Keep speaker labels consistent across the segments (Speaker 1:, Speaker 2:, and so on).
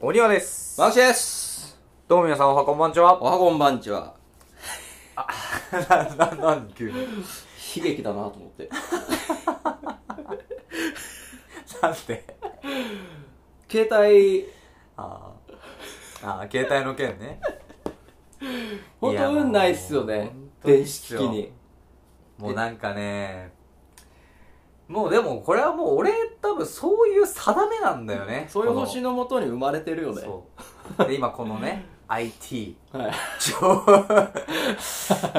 Speaker 1: お庭です。
Speaker 2: マクシです
Speaker 1: どうも皆さん、おはこんばんちは。
Speaker 2: おはこんばんちは
Speaker 1: な、な、なん、急に。
Speaker 2: 悲劇だなと思っ て
Speaker 1: なんで
Speaker 2: 携帯
Speaker 1: ああ。ああ、携帯の件ね。
Speaker 2: 本当運ないっすよね
Speaker 1: いやもう
Speaker 2: 電子機器に
Speaker 1: もうなんかね、もうでもこれはもう俺多分そういう定めなんだよね。
Speaker 2: そういう
Speaker 1: この
Speaker 2: 星のもとに生まれてるよね
Speaker 1: そう。で、今この ね、IT、
Speaker 2: はい
Speaker 1: 情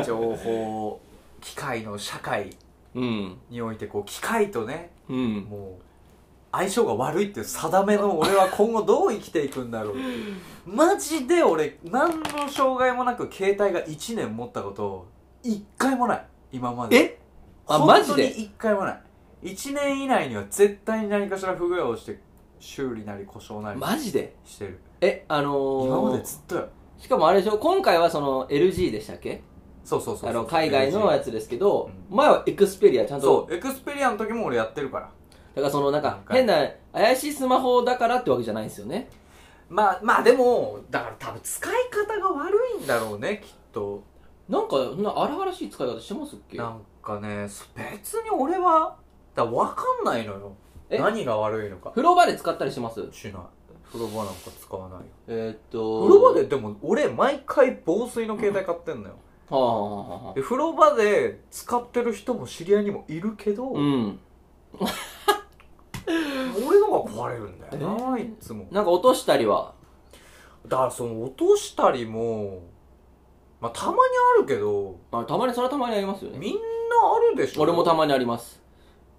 Speaker 1: 情報、機械の社会
Speaker 2: うん
Speaker 1: において、こう、機械とね、
Speaker 2: うん
Speaker 1: もう相性が悪いっていう定めの俺は今後どう生きていくんだろうマジで俺何の障害もなく携帯が1年持ったこと1回もない今まで
Speaker 2: えあ
Speaker 1: 本当
Speaker 2: マジで
Speaker 1: に1回もない1年以内には絶対に何かしら不具合をして修理なり故障なり
Speaker 3: マジで
Speaker 1: してる
Speaker 3: えあのー、
Speaker 1: 今までずっとよ
Speaker 3: しかもあれでしょ今回はその LG でしたっけ
Speaker 1: そうそうそうそう
Speaker 3: あの海外のやつですけど、
Speaker 1: う
Speaker 3: 前はエクスペリアちゃんと
Speaker 1: そうエクスペリアの時も俺やってるから
Speaker 3: だからそのなん
Speaker 1: な
Speaker 3: か
Speaker 1: んか
Speaker 3: 変な怪しいスマホだからってわけじゃないんですよね
Speaker 1: まあまあでもだから多分使い方が悪いんだろうねきっと
Speaker 3: なんかそんな荒々しい使い方してますっけ
Speaker 1: なんかねそ別に俺はだ分かんないのよ
Speaker 3: え
Speaker 1: 何が悪いのか
Speaker 3: 風呂場で使ったりします
Speaker 1: しない風呂場なんか使わないよ
Speaker 3: えーっと
Speaker 1: 風呂場ででも俺毎回防水の携帯買ってんのよ
Speaker 3: はあはあはあはあ
Speaker 1: で風呂場で使ってる人も知り合いにもいるけど、
Speaker 3: うん
Speaker 1: 俺のが壊れるんだよな、いつも
Speaker 3: なんか落としたりは
Speaker 1: だからその落としたりもまあたまにあるけど
Speaker 3: あたまにそれはたまにありますよね
Speaker 1: みんなあるでしょ
Speaker 3: 俺もた
Speaker 1: ま
Speaker 3: まにあります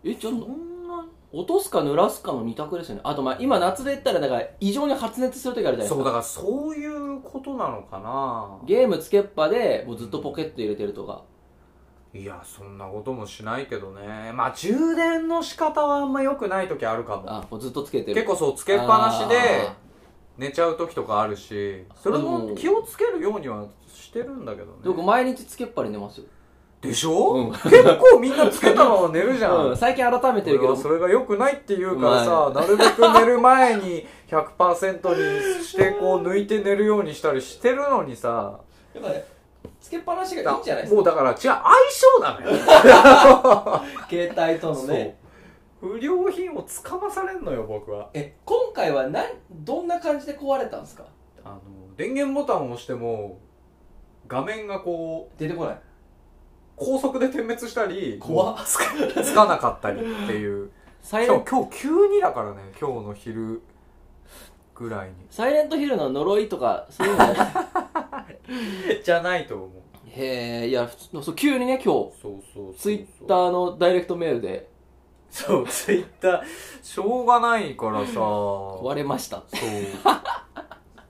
Speaker 3: えちょっと
Speaker 1: そんな
Speaker 3: 落とすか濡らすかの二択ですよねあとまあ今夏で言ったらだから異常に発熱する時あるじゃないですか
Speaker 1: そうだからそういうことなのかな
Speaker 3: ゲームつけっぱでもうずっとポケット入れてるとか、
Speaker 1: いや、そんなこともしないけどね。まあ、充電の仕方はあんま良くない時あるかも。
Speaker 3: あもうずっとつけてる
Speaker 1: 結構そう、つけっぱなしで
Speaker 3: あ
Speaker 1: 寝ちゃう時とかあるし、それ
Speaker 3: で
Speaker 1: も
Speaker 3: も
Speaker 1: 気をつけるようにはしてるんだけどね。
Speaker 3: ーでも毎日つけっぱに寝ますよ、
Speaker 1: でしょ、
Speaker 3: うん
Speaker 1: 結構みんなつけたまま寝るじゃん。
Speaker 3: うん、最近改めてるけ
Speaker 1: 俺
Speaker 3: ど
Speaker 1: はそれが良くないって言うからさ、なるべく寝る前に100%にして、こう抜いて寝るようにしたりしてるのにさ、
Speaker 3: やっぱねつけっぱなし
Speaker 1: もうだから違う、相性なのよ。
Speaker 3: か携帯とのね
Speaker 1: 不良品をつかまされんのよ、僕は。
Speaker 3: え今回はなんどんな感じで壊れたんですか
Speaker 1: あの電源ボタンを押しても画面がこう
Speaker 3: 出てこない
Speaker 1: 高速で点滅したり
Speaker 3: 怖っ
Speaker 1: もうつかつかなかったりって いう
Speaker 3: サ
Speaker 1: し
Speaker 3: イ
Speaker 1: か
Speaker 3: レ
Speaker 1: も
Speaker 3: ン
Speaker 1: 今日急にだからね今日の昼ぐらいに
Speaker 3: サイレントヒルの呪いとかそういうのね
Speaker 1: じゃないと思う
Speaker 3: へえいや普通そう急にね今日
Speaker 1: そうそうそう
Speaker 3: ツイッターのダイレクトメールで
Speaker 1: そうツイッターしょうがないからさ
Speaker 3: 壊れましたって
Speaker 1: そう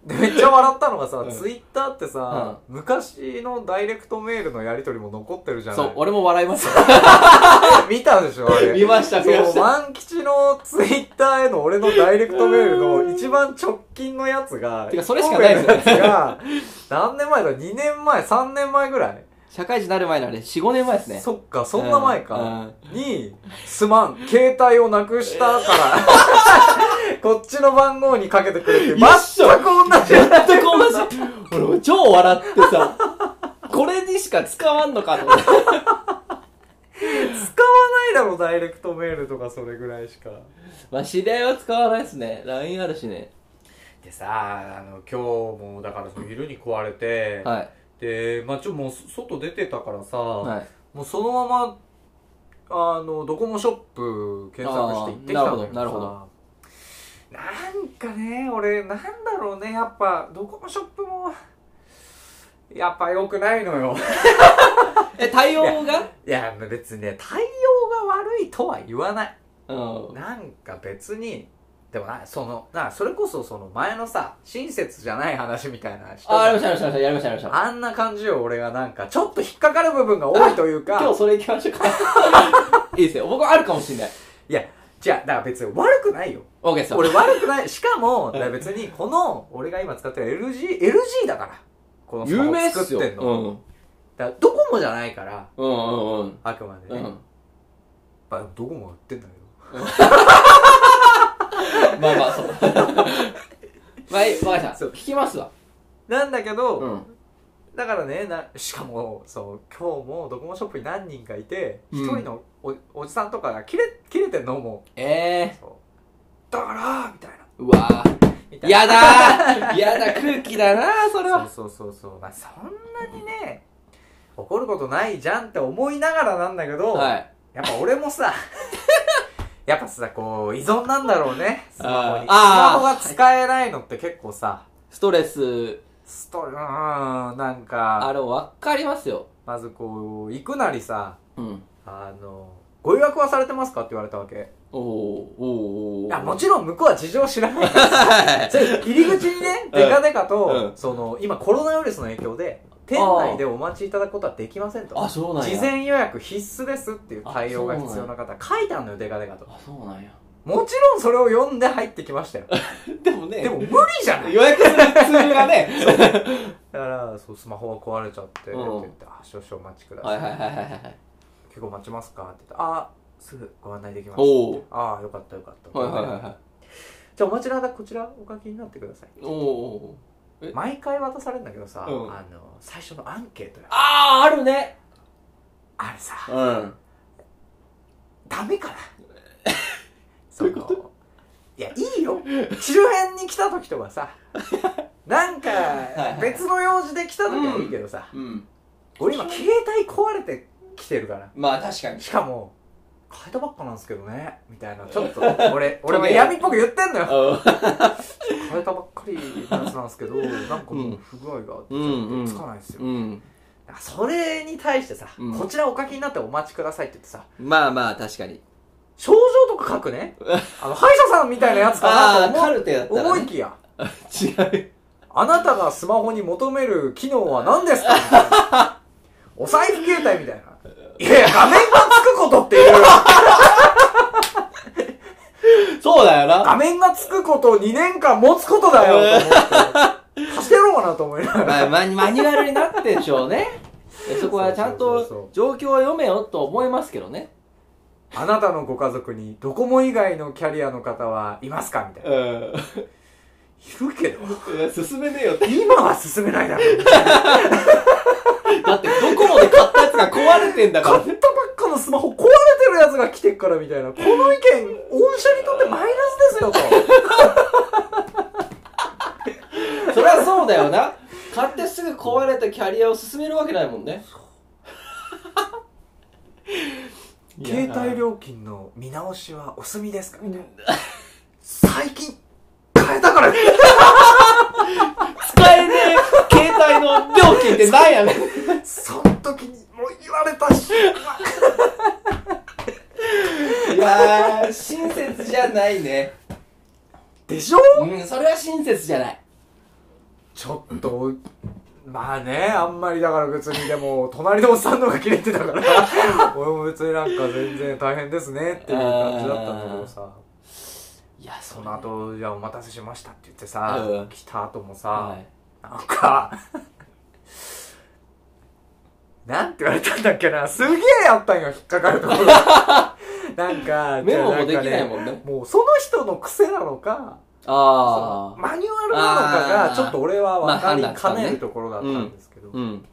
Speaker 1: でめっちゃ笑ったのがさ、
Speaker 3: ん
Speaker 1: ツイッターってさ、昔のダイレクトメールのやり取りも残ってるじゃない
Speaker 3: そう俺も笑いました
Speaker 1: 見たでしょあれ
Speaker 3: 見ました見ま
Speaker 1: そう、
Speaker 3: した
Speaker 1: 万吉のツイッターへの俺のダイレクトメールの 一番直近のやつが、
Speaker 3: てかそれしかないですよ
Speaker 1: 一個上のやつが、 何年前だ ?2 年前 ?3 年前ぐらい
Speaker 3: 社会人になる前のあれ45年前ですね
Speaker 1: そっか、そんな前
Speaker 3: う
Speaker 1: か。
Speaker 3: ん
Speaker 1: に、すまん、携帯をなく したから、こっちの番号にかけてくれて、全く
Speaker 3: 一緒
Speaker 1: 同じ。
Speaker 3: 全く同じ 俺も超笑ってさこれにしか使わんのかと思って
Speaker 1: 使わないだろ、ダイレクトメールとかそれぐらいしか。
Speaker 3: まあ知り合いは使わないですね LINE あるしね
Speaker 1: でさ、あの、今日も、だからその昼に食われて、
Speaker 3: はい
Speaker 1: で、まあちょ、もう外出てたからさ、
Speaker 3: はい
Speaker 1: もうそのままあのドコモショップ検索して行ってきたんだけど
Speaker 3: あーなるほど
Speaker 1: さなんかね俺なんだろうねやっぱドコモショップもやっぱ良くないのよ
Speaker 3: え対応が
Speaker 1: いや別にね対応が悪いとは言わない
Speaker 3: うん
Speaker 1: なんか別にでもなそのなそれこそその前のさ親切じゃない話みたいな人
Speaker 3: あ、やりました、やりました、やりました、やりました。
Speaker 1: あんな感じよ俺がなんかちょっと引っかかる部分が多いというか
Speaker 3: 今日それ行きましょうか。 いいですよ。僕はあるかもしれない。
Speaker 1: いやじゃあだから別に悪くないよ
Speaker 3: OK ですよ。
Speaker 1: 俺悪くないしか もだから別にこの俺が今使ってる LG LG だからこのスマ
Speaker 3: 有名っ
Speaker 1: ホ
Speaker 3: す
Speaker 1: 作っ
Speaker 3: よ。
Speaker 1: てんの
Speaker 3: う
Speaker 1: だからドコモじゃないから
Speaker 3: ん。うんうんうん。
Speaker 1: あくまで
Speaker 3: う
Speaker 1: ね、
Speaker 3: ん。
Speaker 1: まあドコモが売ってんだけど
Speaker 3: まあまあ、そう。はい、わかりまし
Speaker 1: そ
Speaker 3: た。
Speaker 1: う
Speaker 3: 聞きますわ。
Speaker 1: なんだけど、
Speaker 3: うん。
Speaker 1: だからねなしかもそう今日もドコモショップに何人かいて
Speaker 3: うん
Speaker 1: 一、人のおおじさんとかが切れ切れてんのも
Speaker 3: え
Speaker 1: うそうだからみたいな
Speaker 3: ー。うわー。
Speaker 1: みたいな
Speaker 3: やだーやだ空気だなそれは。
Speaker 1: そうそうそうそう、まあ、そんなにね怒ることないじゃんって思いながらなんだけど、
Speaker 3: はい。
Speaker 1: やっぱ俺も さやっぱさこう依存なんだろうねスマホにスマホ
Speaker 3: あ
Speaker 1: が
Speaker 3: ー
Speaker 1: 使えないのって結構さ
Speaker 3: ストレス、
Speaker 1: ストうーんなん
Speaker 3: あ
Speaker 1: か
Speaker 3: れわかりますよ。
Speaker 1: まずこう行くなりさ
Speaker 3: うん。
Speaker 1: あのご予約はされてますかって言われたわけ
Speaker 3: おー、おー、おー。
Speaker 1: いやもちろん向こうは事情知ら ないからそれ入り口にねデカデカと、
Speaker 3: うん
Speaker 1: その今コロナウイルスの影響で店内でお待ちいただくことはできませんと
Speaker 3: あ、そうなんや。
Speaker 1: 事前予約必須ですっていう対応が必要な方書いてあるのよデカデカと
Speaker 3: あ、そうなんや。
Speaker 1: もちろんそれを読んで入ってきました よ
Speaker 3: でもね、
Speaker 1: でも無理じゃない
Speaker 3: 予約するツールがね。
Speaker 1: だからそうスマホが壊れちゃってって
Speaker 3: うん
Speaker 1: 言って「あ少々お待ちくだ
Speaker 3: は
Speaker 1: さ
Speaker 3: い
Speaker 1: い
Speaker 3: はいはいはいはい。」
Speaker 1: 結構待ちますか?」って言って「あすぐご案内できます」
Speaker 3: おー。
Speaker 1: ああよかったよかった
Speaker 3: はいはいはいはい。
Speaker 1: じゃあお待ちの間こちらお書きになってください
Speaker 3: おーおー。え
Speaker 1: 毎回渡されるんだけどさ、
Speaker 3: うん
Speaker 1: あの最初のアンケートや
Speaker 3: あー、あるね。
Speaker 1: あれさ
Speaker 3: うん。
Speaker 1: ダメかな
Speaker 3: どういうこと
Speaker 1: そのいやいいよ周辺に来た時とかさなんか
Speaker 3: い
Speaker 1: 別の用事で来た時はいいけどさ、
Speaker 3: うん。
Speaker 1: 俺今携帯壊れてきてるから
Speaker 3: まあ確かに。
Speaker 1: しかも変えたばっかなんですけどねみたいなちょっと 俺俺も闇っぽく言ってんのよ変えたばっかりのやつなんですけどなんかもう不具合があって
Speaker 3: うんうん
Speaker 1: つかないですよ、
Speaker 3: うん。
Speaker 1: あそれに対してさ、
Speaker 3: うん
Speaker 1: こちらお書きになってお待ちくださいって言ってさ、
Speaker 3: まあまあ確かに。
Speaker 1: 症状とか書く ね。あの、歯医者さんみたいなやつかな
Speaker 3: ああ、
Speaker 1: と
Speaker 3: カ
Speaker 1: 思
Speaker 3: ルテだった
Speaker 1: う
Speaker 3: ら、ね。
Speaker 1: 思いきや、
Speaker 3: 違う。
Speaker 1: あなたがスマホに求める機能は何ですかみたいな。 お財布携帯みたいな。いやいや、画面がつくことっていう、
Speaker 3: そうだよ
Speaker 1: 画
Speaker 3: な。
Speaker 1: 面がつくことを2年間持つことだよと思って、 貸してやろうかなと思いながら。
Speaker 3: まあ、マニマニュアルになってんでしょうね。で そこはちゃん
Speaker 1: そうそう
Speaker 3: と状況を読めよと思いますけどね。
Speaker 1: あなたのご家族にドコモ以外のキャリアの方はいますかみたいな。
Speaker 3: うん。
Speaker 1: いるけど、
Speaker 3: 進めねえよって。
Speaker 1: 今は進めないだろう。
Speaker 3: だって、ドコモで買ったやつが壊れてんだか
Speaker 1: 買っ
Speaker 3: ら
Speaker 1: たば。っかのスマホ壊れてるやつが来てっからみたいな。この意見、御社にとってマイナスですよと。
Speaker 3: そりゃそうだよな。買ってすぐ壊れたキャリアを進めるわけないもんね。 いや
Speaker 1: 携帯料金の見直しはお済みですかみたいな。最近、変えたから
Speaker 3: 使えねえ携帯の料金ってなんやねん。
Speaker 1: その時にもう言われたし、
Speaker 3: いやー、親切じゃないね。
Speaker 1: でしょ
Speaker 3: うん、それは親切じゃない。
Speaker 1: ちょっと、まあね、あんまりだから別にでも、隣のおっさんの方が切れてたから、俺も別になんか全然大変ですねっていう感じだったんだけどさ。
Speaker 3: いや、そ
Speaker 1: そ
Speaker 3: ん
Speaker 1: の
Speaker 3: な。
Speaker 1: 後、じゃあお待たせしましたって言ってさ、
Speaker 3: うん
Speaker 1: 来た後もさ、
Speaker 3: はい。
Speaker 1: なんか、 なんて言われたんだっけな、すげえやったんよ、引っかかるとこ ろが。なんか、
Speaker 3: メモ
Speaker 1: じゃ
Speaker 3: も
Speaker 1: あ
Speaker 3: でき
Speaker 1: んか
Speaker 3: ないもんね。
Speaker 1: もうその人の癖なのか、
Speaker 3: ああ。
Speaker 1: マニュアルなのか
Speaker 3: あ
Speaker 1: が、
Speaker 3: ー
Speaker 1: ちょっと俺は分かり
Speaker 3: まあ判断した
Speaker 1: か
Speaker 3: ね
Speaker 1: ねるところだったんですけど、
Speaker 3: うん。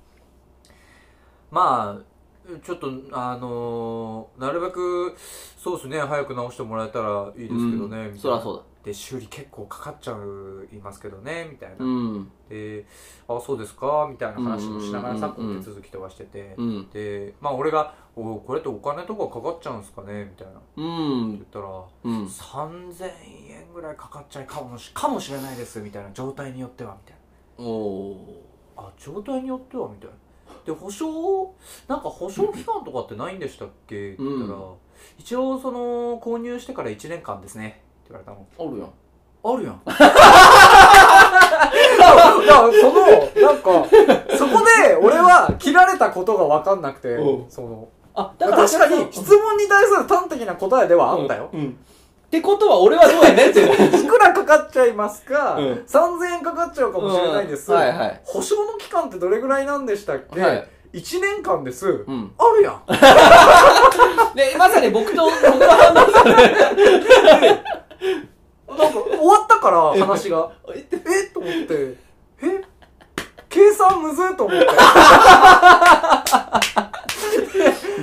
Speaker 1: まあ、ちょっと、あのーなるべく、そうですね、早く直してもらえたらいいですけどね、
Speaker 3: うん
Speaker 1: みた
Speaker 3: そ
Speaker 1: い
Speaker 3: り
Speaker 1: な
Speaker 3: ゃ。そう
Speaker 1: で、修理結構かかっちゃう、いますけどね、みたいな。
Speaker 3: だ。うん。
Speaker 1: で、あ、そうですか、みたいな話もしながらさ、
Speaker 3: うんうんうんうん
Speaker 1: 手続きとかしてて、
Speaker 3: うん。
Speaker 1: で、まあ俺が、おこれってお金とかかかっちゃうんですかねみたいな。
Speaker 3: う
Speaker 1: 言
Speaker 3: ん。
Speaker 1: ったら、
Speaker 3: うん。
Speaker 1: 3000円ぐらいかかっちゃいかもし、かもしれないです、みたいな。状態によっては、みたい
Speaker 3: おお。
Speaker 1: な。あ、状態によっては、みたいな。で、保証、なんか保証期間とかってないんでしたっけって言ったら、
Speaker 3: う
Speaker 1: 一応その、購入してから1年間ですね。って言われたの。
Speaker 3: あるやん。
Speaker 1: あるや ん。だからだからその、なん か、そこで俺は切られたことが分かんなくて
Speaker 3: う、ん
Speaker 1: その、
Speaker 3: あ、だから
Speaker 1: 確かに質問に対する端的な答えではあったよ。
Speaker 3: うん。ってことは俺はどうやねん って。
Speaker 1: いくらかかっちゃいますか、
Speaker 3: うん
Speaker 1: ?3000 円かかっちゃうかもしれないです。
Speaker 3: うんはいはい
Speaker 1: 保証の期間ってどれぐらいなんでしたっけ、
Speaker 3: はい
Speaker 1: ?1 年間です。
Speaker 3: うん。
Speaker 1: あるやん。
Speaker 3: で、まさに僕と、僕の反応
Speaker 1: なんか終わったから話がえと思ってえ計算むずいと思って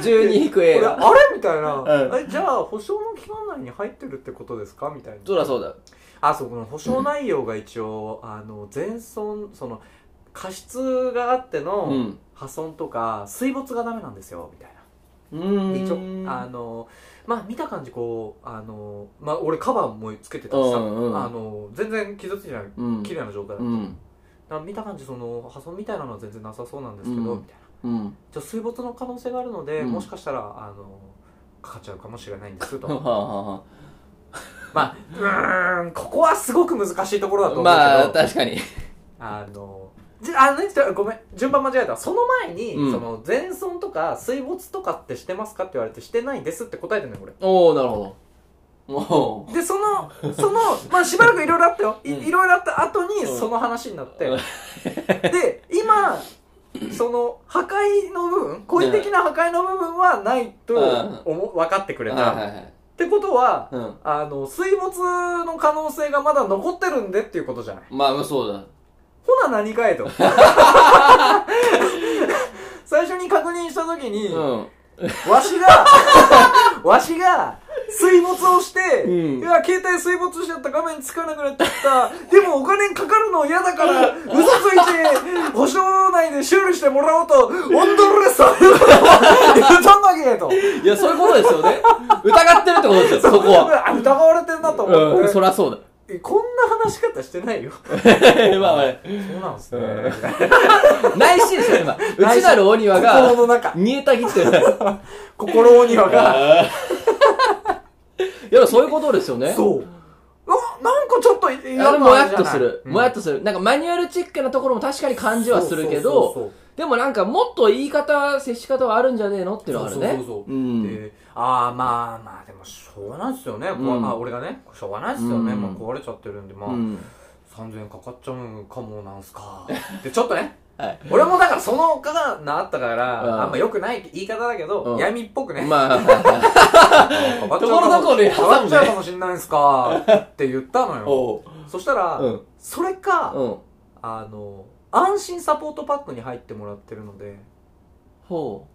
Speaker 3: 12-A
Speaker 1: 俺
Speaker 3: が。
Speaker 1: あれみたいな、
Speaker 3: うん
Speaker 1: えじゃあ保証の期間内に入ってるってことですかみたいな
Speaker 3: そりゃそうだよ。
Speaker 1: あそうこの保証内容が一応、あの全損その過失があって
Speaker 3: う
Speaker 1: の
Speaker 3: ん。
Speaker 1: 破損とか、水没がダメなんですよみたいな
Speaker 3: うーん。
Speaker 1: 一応あのまあ見た感じこうあのまあ俺カバーもつけてたしさ、
Speaker 3: うんうん
Speaker 1: あの全然傷ついてない
Speaker 3: うん。
Speaker 1: 綺麗な状態だった、
Speaker 3: うん。
Speaker 1: だから見た感じその破損みたいなのは全然なさそうなんですけど、
Speaker 3: うん
Speaker 1: みたいな
Speaker 3: うん。
Speaker 1: じゃあ水没の可能性があるので、
Speaker 3: うん
Speaker 1: もしかしたらあのかかっちゃうかもしれないん です
Speaker 3: は
Speaker 1: と
Speaker 3: あはあは
Speaker 1: まあうーんここはすごく難しいところだと
Speaker 3: あ
Speaker 1: 思うけど、
Speaker 3: まあ、確かに。
Speaker 1: あの、じあのね、ちょごめん、順番間違えた。その前に、
Speaker 3: うん
Speaker 1: その、全損とか水没とかってしてますかって言われて、してないですって答えてんのよ、
Speaker 3: おおなるほど。お
Speaker 1: 俺。で、その、 その、まあ、しばらくいろいろあったよ。い
Speaker 3: うん
Speaker 1: いろいろあった後に、
Speaker 3: うん
Speaker 1: その話にな って
Speaker 3: う。
Speaker 1: で、今、その、破壊の部分、故意的な破壊の部分はないと思、分かってく
Speaker 3: ー
Speaker 1: れ
Speaker 3: はいは
Speaker 1: た。っ
Speaker 3: いはい。
Speaker 1: てことは、
Speaker 3: うん。
Speaker 1: あの、水没の可能性がまだ残ってるんでっていうことじゃない
Speaker 3: まあまあ、そうだ。
Speaker 1: ほな何かえ と。最初に確認した時に、
Speaker 3: うん。
Speaker 1: わしが、 わしが、水没をして、
Speaker 3: うん
Speaker 1: いや、携帯水没しちゃった、画面つかなくなっちゃった、でもお金かかるの嫌だから、嘘ついて、保証内で修理してもらおうと、オンドルレスを言うたんだけと。
Speaker 3: いや、そういうことですよね。疑ってるってことですよ、そこは。
Speaker 1: あ疑われてんなと思
Speaker 3: う
Speaker 1: っ
Speaker 3: ん、
Speaker 1: て、
Speaker 3: そりゃそう
Speaker 1: えこんな話し方してないよ。
Speaker 3: だ。 まあまあ、
Speaker 1: そうなんですね。
Speaker 3: 内心ですよ、今。内なるお庭
Speaker 1: 心
Speaker 3: が、
Speaker 1: の中、
Speaker 3: 煮えたぎってる。
Speaker 1: 心鬼はが、
Speaker 3: いや、そういうことですよね。
Speaker 1: そう。あ、なんかちょっと嫌な
Speaker 3: あれもやっとする。
Speaker 1: うん
Speaker 3: もやっとする。なんかマニュアルチックなところも確かに感じはするけ
Speaker 1: そう
Speaker 3: ど、
Speaker 1: そう
Speaker 3: でもなんかもっと言い方、接し方はあるんじゃねえのっていうのはあ
Speaker 1: そう
Speaker 3: る
Speaker 1: そう
Speaker 3: ね。
Speaker 1: そうそう
Speaker 3: うん。
Speaker 1: でああまあまあでもしょうがないっすよね、こ
Speaker 3: うん
Speaker 1: あ俺がねしょうがないっすよね、
Speaker 3: うん
Speaker 1: まあ、壊れちゃってるんでまあ、
Speaker 3: うん。
Speaker 1: 3000円かかっちゃうかもなんす かでちょっとね
Speaker 3: はい
Speaker 1: 俺もだからそのかがなあったから、
Speaker 3: うん
Speaker 1: あんま良くない言い方だけど、
Speaker 3: うん
Speaker 1: 闇っぽくね、
Speaker 3: まあ、
Speaker 1: 変わっち
Speaker 3: と
Speaker 1: ゃう
Speaker 3: ころ
Speaker 1: か
Speaker 3: ど
Speaker 1: も
Speaker 3: ころに
Speaker 1: 変
Speaker 3: 挟
Speaker 1: わっ
Speaker 3: む
Speaker 1: ちゃう
Speaker 3: ね。
Speaker 1: かもしんないんすかって言ったのよ
Speaker 3: おう。
Speaker 1: そしたら、
Speaker 3: うん。
Speaker 1: それか、
Speaker 3: うん。
Speaker 1: あの安心サポートパックに入ってもらってるので
Speaker 3: ほ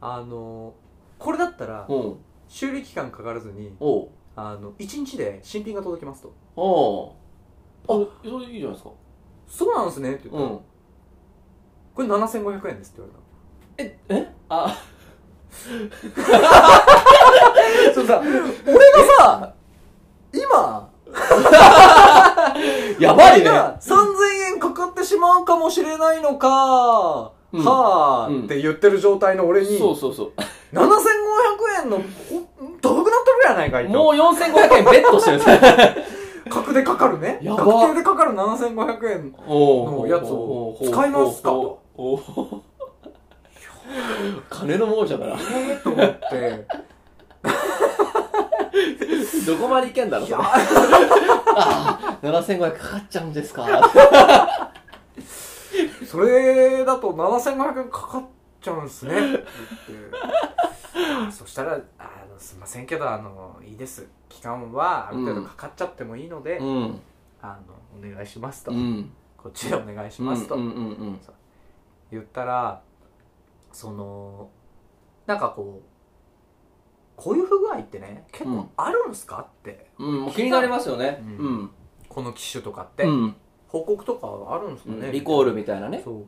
Speaker 1: あのこれだったら
Speaker 3: う。うん。
Speaker 1: 修理期間かからずに
Speaker 3: おう。
Speaker 1: あの1日で新品が届きますと
Speaker 3: おう。あ、それいいじゃないですか。
Speaker 1: そうなんですねって言った
Speaker 3: う
Speaker 1: ら、
Speaker 3: ん。
Speaker 1: これ7500円ですって言わ
Speaker 3: え、えあ、
Speaker 1: れたそうさ俺がさ今
Speaker 3: やばい
Speaker 1: 俺
Speaker 3: ね。
Speaker 1: が3000円かかってしまうかもしれないのか、
Speaker 3: うん
Speaker 1: はあ、
Speaker 3: うん
Speaker 1: って言ってる状態の俺に
Speaker 3: そうそうそう。
Speaker 1: 7500円のお高くなってるやないかいと
Speaker 3: もう4500円ベットしてるんです ね
Speaker 1: 確定かかるね
Speaker 3: やば
Speaker 1: 確定でかかる7500円
Speaker 3: おう
Speaker 1: のやつを使いますかと
Speaker 3: おうおう金の亡者だな。
Speaker 1: えーと思って
Speaker 3: どこまでいけんだろ、
Speaker 1: い
Speaker 3: それ
Speaker 1: や。
Speaker 3: ああ、7500かかっちゃうんです か。
Speaker 1: それだと7500円かかっちゃうんすねって言ってあそしたらあの「すいませんけどあのいいです期間はある程度かかっちゃってもいいので、
Speaker 3: ん。
Speaker 1: あのお願いしますと、
Speaker 3: うん。
Speaker 1: こっちでお願いしますと」
Speaker 3: うんうんうん。
Speaker 1: 言ったらそのなんかこうこういう不具合ってね結構あるんすかって
Speaker 3: うん、もう気になりますよね。
Speaker 1: う
Speaker 3: うん。
Speaker 1: この機種とかって、
Speaker 3: うん。
Speaker 1: 報告とかはあるんすかね、
Speaker 3: リコールみたいなね。
Speaker 1: そう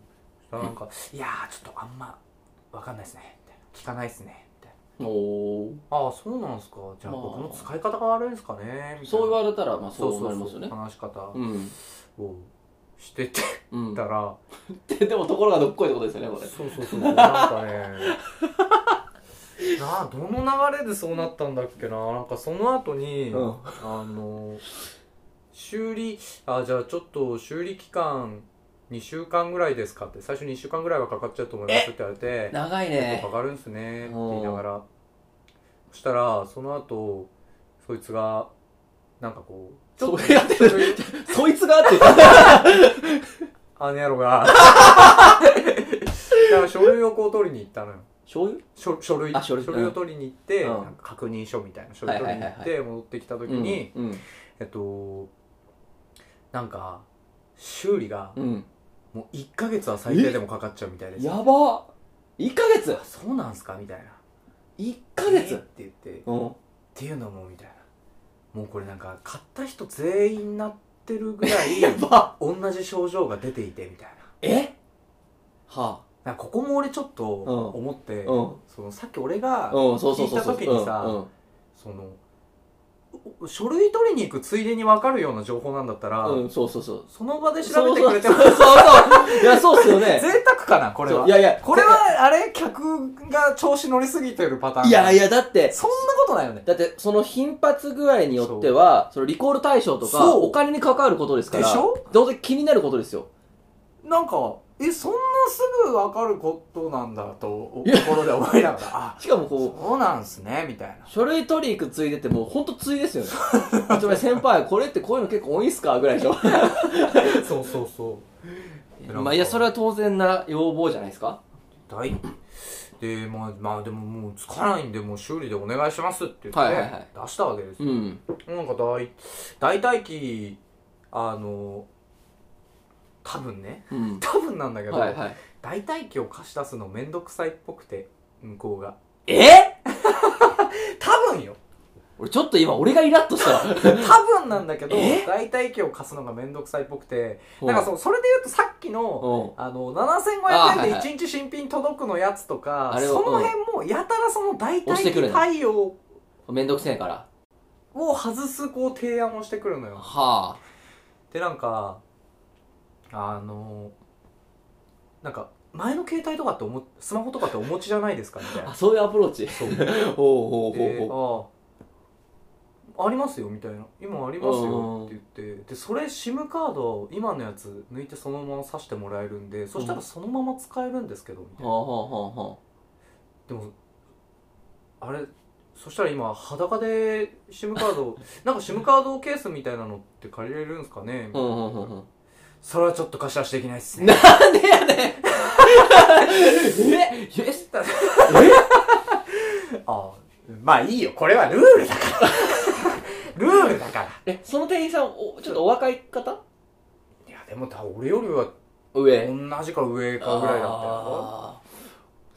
Speaker 1: そしたらなんか「いやーちょっとあんまわかんないですね」みたいな「聞かないですね」みたい
Speaker 3: おお。
Speaker 1: な「ああそうなんすかじゃあ
Speaker 3: まあ
Speaker 1: 僕の使い方が悪いんすかね」みたいな
Speaker 3: そう言
Speaker 1: れ
Speaker 3: われたら、まあそうなりますよね。
Speaker 1: 話し方を
Speaker 3: うん。
Speaker 1: してて
Speaker 3: うん。
Speaker 1: たら、
Speaker 3: で、でもところがどっこいってことですよね、これ。
Speaker 1: そうそう そうなんかねなあどの流れでそうなったんだっけななんかその後に、
Speaker 3: うん
Speaker 1: あの修理あじゃあちょっと修理期間2週間ぐらいですかって最初に1週間ぐらいはかかっちゃうと思いますって言われて
Speaker 3: 長い
Speaker 1: 結
Speaker 3: ね
Speaker 1: 構。かかるんすねって言いながらそしたらその後そいつがなんかこうちょっと
Speaker 3: そうやってる
Speaker 1: そういう
Speaker 3: そいつがって。
Speaker 1: あの野郎がなんか書類をこう取りに行ったのよ
Speaker 3: 醤油
Speaker 1: 書書類
Speaker 3: あ書類
Speaker 1: を取りに行って、
Speaker 3: うん
Speaker 1: なんか確認書みたいな書類取りに行っ
Speaker 3: はいはい
Speaker 1: て戻ってきた時に、
Speaker 3: うん
Speaker 1: えっとなんか修理が
Speaker 3: うん、うん
Speaker 1: もう1ヶ月は最低でもかかっちゃうみたいです
Speaker 3: やば1ヶ月
Speaker 1: あそうなんすかみたいな
Speaker 3: 1
Speaker 1: 「
Speaker 3: ヶ
Speaker 1: えーっ
Speaker 3: 月
Speaker 1: て言って「っ
Speaker 3: うん
Speaker 1: ていうのも」みたいなもうこれなんか買った人全員なってるぐら い
Speaker 3: やば
Speaker 1: 同じ症状が出ていてみたいな
Speaker 3: えは
Speaker 1: なんかここも俺ちょっと
Speaker 3: うん
Speaker 1: 思って、
Speaker 3: うん
Speaker 1: そのさっき俺が
Speaker 3: あうんそうそう
Speaker 1: 聞い
Speaker 3: そう
Speaker 1: た
Speaker 3: そう
Speaker 1: 時にさ、
Speaker 3: うんうん
Speaker 1: そのお書類取りに行くついでに分かるような情報なんだったら、
Speaker 3: うん、そうそうそう。
Speaker 1: その場で調べてくれて
Speaker 3: そ
Speaker 1: も
Speaker 3: うそうそう。いや、そうっすよ ね。
Speaker 1: 贅沢かなこれ
Speaker 3: そう
Speaker 1: はい
Speaker 3: やいや、
Speaker 1: これはあれ客が調子乗りすぎてるパターン
Speaker 3: いやい
Speaker 1: や
Speaker 3: や、だって、
Speaker 1: そんなことないよね
Speaker 3: だって、その頻発具合によっては、そのリコール対象とか、
Speaker 1: そう
Speaker 3: お金に関わることですから、
Speaker 1: でしょ
Speaker 3: 当然気になることですよ。
Speaker 1: なんかえそんなすぐ分かることなんだとお
Speaker 3: いや
Speaker 1: 心で思いながらあ
Speaker 3: しかもこ
Speaker 1: そうなんすねみたいな
Speaker 3: う、書類取り行くついでってもうほんとついですよね。ちょっと先輩、これってこういうの結構多いんすかぐらいでしょ。
Speaker 1: そうそうそ
Speaker 3: まあ、いや、それは当然な要望じゃないですか。
Speaker 1: 大でまあまあでももうつかないんでもう修理でお願いしますって言って、
Speaker 3: はいはいはい
Speaker 1: 出したわけですよ
Speaker 3: うん。
Speaker 1: なんか大大体期あの多分ね
Speaker 3: うん。
Speaker 1: 多分なんだけど、
Speaker 3: はいはい。
Speaker 1: 大体期を貸し出すのめんどくさいっぽくて向こうが
Speaker 3: え
Speaker 1: 多分よ
Speaker 3: 俺ちょっと今、俺がイラッとした わ。
Speaker 1: 多分なんだけど
Speaker 3: え
Speaker 1: 大体期を貸すのがめんどくさいっぽくて
Speaker 3: うん
Speaker 1: なんかそうそれで言うとさっきの
Speaker 3: うん。
Speaker 1: あの
Speaker 3: あ
Speaker 1: 7500
Speaker 3: はい
Speaker 1: 円
Speaker 3: は
Speaker 1: で
Speaker 3: い
Speaker 1: 1日新品届くのやつとか
Speaker 3: あれを
Speaker 1: その辺もやたらその大
Speaker 3: 押して
Speaker 1: 体
Speaker 3: くる
Speaker 1: 期
Speaker 3: の
Speaker 1: 対応
Speaker 3: めんどくせえから。
Speaker 1: を外すこう提案をしてくるのよ
Speaker 3: はあ。
Speaker 1: でなんかあのなんか前の携帯とかっておもスマホとかってお持ちじゃないですかみたい
Speaker 3: あ、
Speaker 1: な
Speaker 3: そういうアプローチ。
Speaker 1: そう
Speaker 3: ほうほうほう
Speaker 1: で
Speaker 3: ほう。
Speaker 1: ああありますよみたいな今あります
Speaker 3: うん
Speaker 1: よって言ってでそれ SIM カード今のやつ抜いてそのまま挿してもらえるんでそしたらそのまま使えるんですけどみたいな
Speaker 3: ほうほうほうほ
Speaker 1: でもあれそしたら今裸で SIM カード なんか SIM カードケースみたいなのって借りれるんですかねみた
Speaker 3: う。う
Speaker 1: いなん
Speaker 3: うんうんうん。
Speaker 1: それはちょっと貸し出しできないっすね
Speaker 3: なんでやねんええ
Speaker 1: あまあいいよこれはルールだから ルールだから
Speaker 3: え、その店員さん、おちょっとお若い方
Speaker 1: いやでも多分俺よりは
Speaker 3: 上。
Speaker 1: 同じか上かぐらいだったよ
Speaker 3: あ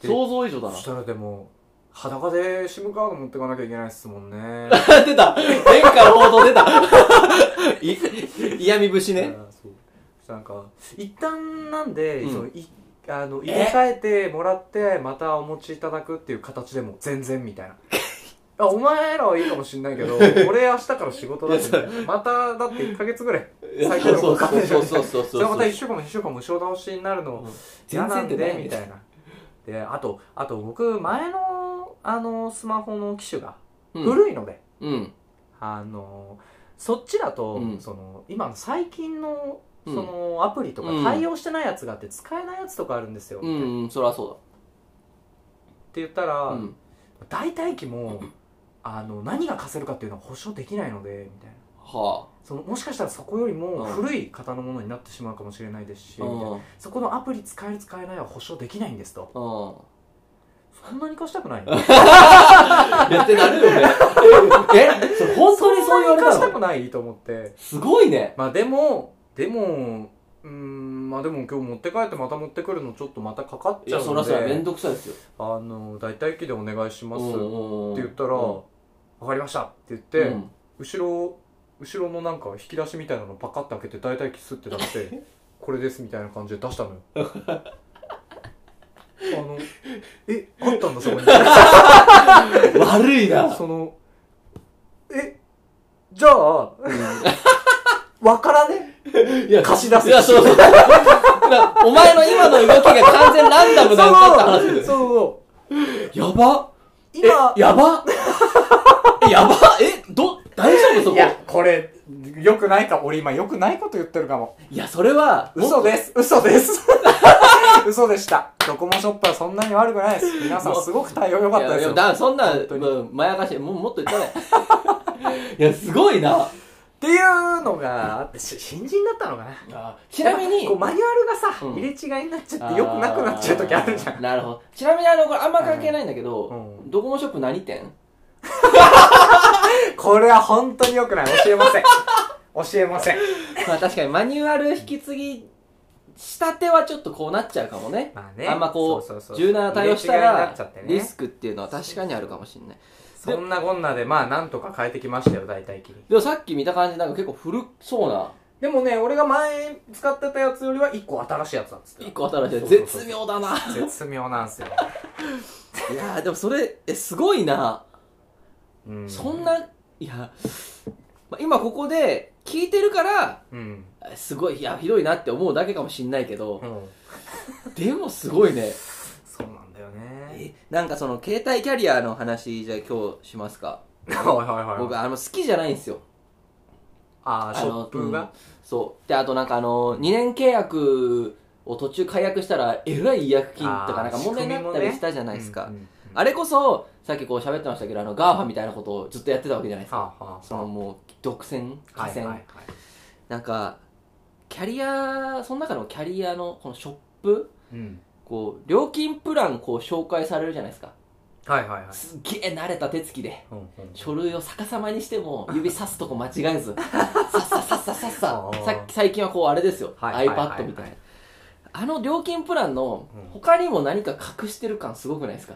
Speaker 3: ー想像以上だ
Speaker 1: そしたらでも裸で SIM カード持ってかなきゃいけないっすもんね
Speaker 3: な。 出た前回報道出たい嫌味節ね。
Speaker 1: あーそうそしたらなんか一旦なんで、
Speaker 3: うん
Speaker 1: そのいあの入
Speaker 3: え
Speaker 1: れ替えてもらってまたお持ちいただくっていう形でも全然みたい なあお前らはいいかもしんないけど俺明日から仕事だしみたいなまただって1ヶ月ぐらい最近の
Speaker 3: そう
Speaker 1: 分
Speaker 3: そ
Speaker 1: かんな
Speaker 3: う
Speaker 1: いじゃ
Speaker 3: そ
Speaker 1: ん
Speaker 3: うそうそう
Speaker 1: そ
Speaker 3: そう。
Speaker 1: れまた1週間も2週間も後ろ倒しになるの嫌なんで
Speaker 3: 全然出ない
Speaker 1: みたいなであとあと僕前のあのスマホの機種が
Speaker 3: うん。
Speaker 1: 古いので、
Speaker 3: うん。
Speaker 1: あのそっちだと、
Speaker 3: うん
Speaker 1: その今の最近の
Speaker 3: う
Speaker 1: そ
Speaker 3: ん
Speaker 1: のアプリとか
Speaker 3: うん
Speaker 1: 対応してないやつがあって使えないやつとかあるんですよ、
Speaker 3: う
Speaker 1: みたいなん
Speaker 3: うん、そりゃそ
Speaker 1: って言ったら、
Speaker 3: うだ。うん。
Speaker 1: 代替機もあの何が貸せるかっていうのは保証できないのでみたいな
Speaker 3: は
Speaker 1: そのもしかしたらそこよりも
Speaker 3: うん
Speaker 1: 古い方のものになってしまうかもしれないですし、
Speaker 3: あ。う。
Speaker 1: みたいなん
Speaker 3: うん。
Speaker 1: そこのアプリ使える使えないは保証できないんですとそんなに貸したく ないの
Speaker 3: やってなるよね。えそれ本当にそう言われ
Speaker 1: 貸
Speaker 3: た
Speaker 1: した
Speaker 3: の
Speaker 1: くないと思って
Speaker 3: すごいね。
Speaker 1: まあでもでもうーんまあでも今日持って帰ってまた持ってくるのちょっとまたかかっ
Speaker 3: い
Speaker 1: ちゃ
Speaker 3: や、
Speaker 1: う
Speaker 3: そ
Speaker 1: の
Speaker 3: らそらめん
Speaker 1: で
Speaker 3: どくさいですよ。
Speaker 1: あの代替機でお願いしますって
Speaker 3: って
Speaker 1: 言ったら「わかりました」って言って、
Speaker 3: うん
Speaker 1: 後ろ後ろのなんか引き出しみたいなのパカッて開けて代替機すって出してこれですみたいな感じで出したのよ あのえあったんだそこに
Speaker 3: 悪いな。
Speaker 1: そのえじゃあわからね
Speaker 3: いや
Speaker 1: 貸し出せ
Speaker 3: いや、そうそう。今お前の今の動きが完全ランダムだったって話
Speaker 1: そうそう
Speaker 3: ですよ。やば
Speaker 1: 今
Speaker 3: え、やば えやばえ、ど、大丈夫そこ
Speaker 1: いやこれよくないか俺今よくないこと言ってるかも
Speaker 3: いや、それは、
Speaker 1: 嘘です嘘です 嘘でしたドコモショップはそんなに悪くないです皆さんすごく対応良か
Speaker 3: もっ
Speaker 1: った
Speaker 3: いや
Speaker 1: で
Speaker 3: い
Speaker 1: すよ
Speaker 3: や、だそんな、
Speaker 1: 本当に
Speaker 3: うんまやかしい、もうもっと言ったね。いや、すごいな。
Speaker 1: っていうのがあってし新人だったのかな
Speaker 3: あーちなみに
Speaker 1: こうマニュアルがさ、
Speaker 3: うん
Speaker 1: 入れ違いになっちゃってよくなくなっちゃう時あるじゃん
Speaker 3: ーなるほどちなみにあのこれあんま関係ないんだけど、
Speaker 1: う
Speaker 3: ドコモショップ 何店
Speaker 1: これは本当によくない教えません 教えません
Speaker 3: まあ確かにマニュアル引き継ぎしたてはちょっとこうなっちゃうかもね。
Speaker 1: まあね
Speaker 3: んまこ、
Speaker 1: そうそうそうう
Speaker 3: 柔軟な対応した
Speaker 1: 入れ違いにな
Speaker 3: ら
Speaker 1: っちゃって、ね
Speaker 3: リスクっていうのは確かにあるかもしれない。
Speaker 1: そんなこんなでまあなんとか変えてきましたよ大体きり
Speaker 3: でもさっき見た感じなんか結構古そうな、
Speaker 1: でもね俺が前使ってたやつよりは1個新しいやつだっつって
Speaker 3: 一個新しい。
Speaker 1: そうそうそう
Speaker 3: 絶妙だ な。
Speaker 1: 絶妙なんすよ、
Speaker 3: いやーでもそれ、え、すごいな。
Speaker 1: うん、
Speaker 3: そんな、いや、まあ、今ここで聞いてるから、
Speaker 1: うん、
Speaker 3: えすごい、いや、ひどいなって思うだけかもしんないけど
Speaker 1: う、ん、
Speaker 3: でもすごいね。
Speaker 1: そうなんだよね
Speaker 3: えなんかその携帯キャリアの話じゃあ今日しますか。
Speaker 1: はいはいはい
Speaker 3: 僕あの好きじゃないんですよ
Speaker 1: ああショップ
Speaker 3: うん
Speaker 1: が
Speaker 3: そうであとなんかあの2年契約を途中解約したらえらい違約金とかなんか問題になったりしたじゃないですか、
Speaker 1: うんうんうん
Speaker 3: あれこそさっきこう喋ってましたけどあの GAFA みたいなことをずっとやってたわけじゃないですか
Speaker 1: はあはあ
Speaker 3: そのもう独占寡
Speaker 1: はいは
Speaker 3: 占、
Speaker 1: いはい
Speaker 3: なんかキャリアその中でもキャリアのこのショップ
Speaker 1: うん
Speaker 3: こう料金プランこう紹介されるじゃないですか
Speaker 1: はいはいはい
Speaker 3: すっげえ慣れた手つきで
Speaker 1: うんうん
Speaker 3: 書類を逆さまにしても指さすとこ間違え ずさっさっさっさっさっさ
Speaker 1: あー
Speaker 3: さっき最近はこうあれですよ、
Speaker 1: はいはいはいはい
Speaker 3: iPad みたいなあの料金プランの
Speaker 1: うん
Speaker 3: 他にも何か隠してる感すごくないですか、